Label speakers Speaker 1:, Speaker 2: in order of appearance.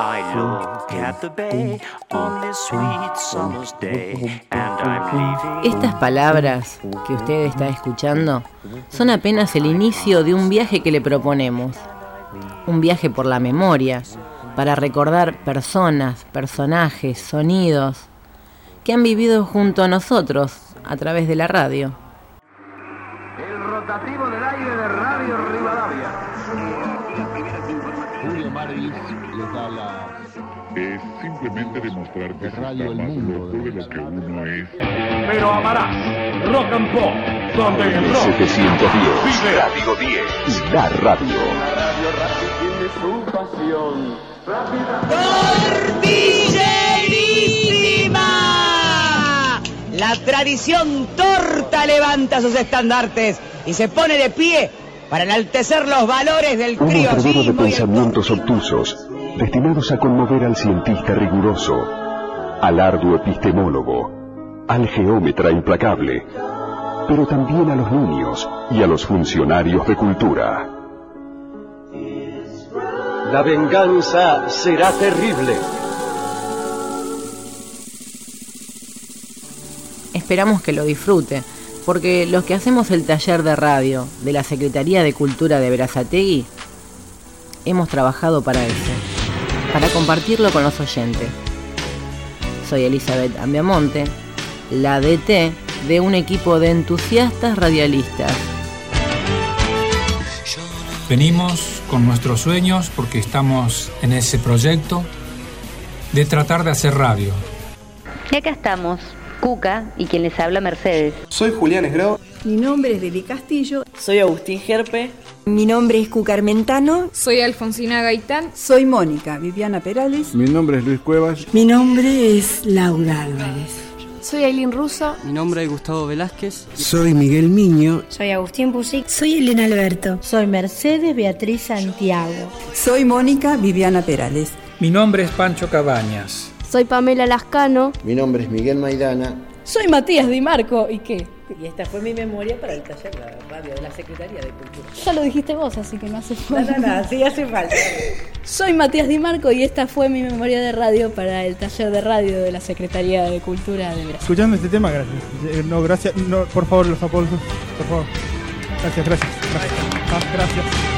Speaker 1: I look at the bay on this sweet summer's day, and I'm leaving.
Speaker 2: Estas palabras que usted está escuchando son apenas el inicio de un viaje que le proponemos. Un viaje por la memoria, para recordar personas, personajes, sonidos que han vivido junto a nosotros a través de la radio.
Speaker 3: El rotativo del aire de Radio Rivadavia.
Speaker 4: Julio Maris les da la
Speaker 5: es simplemente demostrar que
Speaker 4: Es
Speaker 5: se está
Speaker 4: radio El
Speaker 5: más
Speaker 4: Mundo,
Speaker 5: loco de lo que uno es.
Speaker 3: Pero amarás rock and pop, donde el rock
Speaker 6: 710,
Speaker 3: vive.
Speaker 6: Radio 10 y la radio.
Speaker 7: ¡Tortillerísima! La tradición torta levanta sus estandartes y se pone de pie para enaltecer los valores del
Speaker 6: Un
Speaker 7: criollismo
Speaker 6: obrador
Speaker 7: y
Speaker 6: de
Speaker 7: el
Speaker 6: pensamientos
Speaker 7: tortismo.
Speaker 6: obtusos, destinados a conmover al cientista riguroso, al arduo epistemólogo, al geómetra implacable, pero también a los niños y a los funcionarios de cultura.
Speaker 8: La venganza será terrible.
Speaker 2: Esperamos que lo disfrute, porque los que hacemos el taller de radio de la Secretaría de Cultura de Verazategui, hemos trabajado para eso, para compartirlo con los oyentes. Soy Elizabeth Ambiamonte, la DT de un equipo de entusiastas radialistas.
Speaker 9: Venimos con nuestros sueños porque estamos en ese proyecto de tratar de hacer radio.
Speaker 10: Y acá estamos, Cuca y quien les habla Mercedes.
Speaker 8: Soy Julián Esgrau.
Speaker 11: Mi nombre es Deli Castillo.
Speaker 7: Soy Agustín Gerpe.
Speaker 11: Mi nombre es Cucarmentano.
Speaker 10: Soy Alfonsina Gaitán.
Speaker 11: Soy Mónica Viviana Perales.
Speaker 4: Mi nombre es Luis Cuevas.
Speaker 11: Mi nombre es Laura Álvarez.
Speaker 10: Soy Aileen Russo.
Speaker 8: Mi nombre es Gustavo Velázquez.
Speaker 4: Soy Miguel Miño.
Speaker 10: Soy Agustín Pusic.
Speaker 11: Soy Elena Alberto.
Speaker 10: Soy Mercedes Beatriz Santiago.
Speaker 11: Soy Mónica Viviana Perales.
Speaker 9: Mi nombre es Pancho Cabañas.
Speaker 10: Soy Pamela Lascano.
Speaker 8: Mi nombre es Miguel Maidana.
Speaker 10: Soy Matías Di Marco. ¿Y qué?
Speaker 2: Y esta fue mi memoria para el taller de radio de la Secretaría de Cultura.
Speaker 10: Ya lo dijiste vos, así que no hace falta.
Speaker 2: sí hace falta.
Speaker 10: Soy Matías Di Marco y esta fue mi memoria de radio para el taller de radio de la Secretaría de Cultura de Brasil.
Speaker 4: Escuchando este tema, gracias. Eh, No, gracias. No, por favor, los aplausos. Por favor. Gracias, gracias. Gracias. Ah, gracias.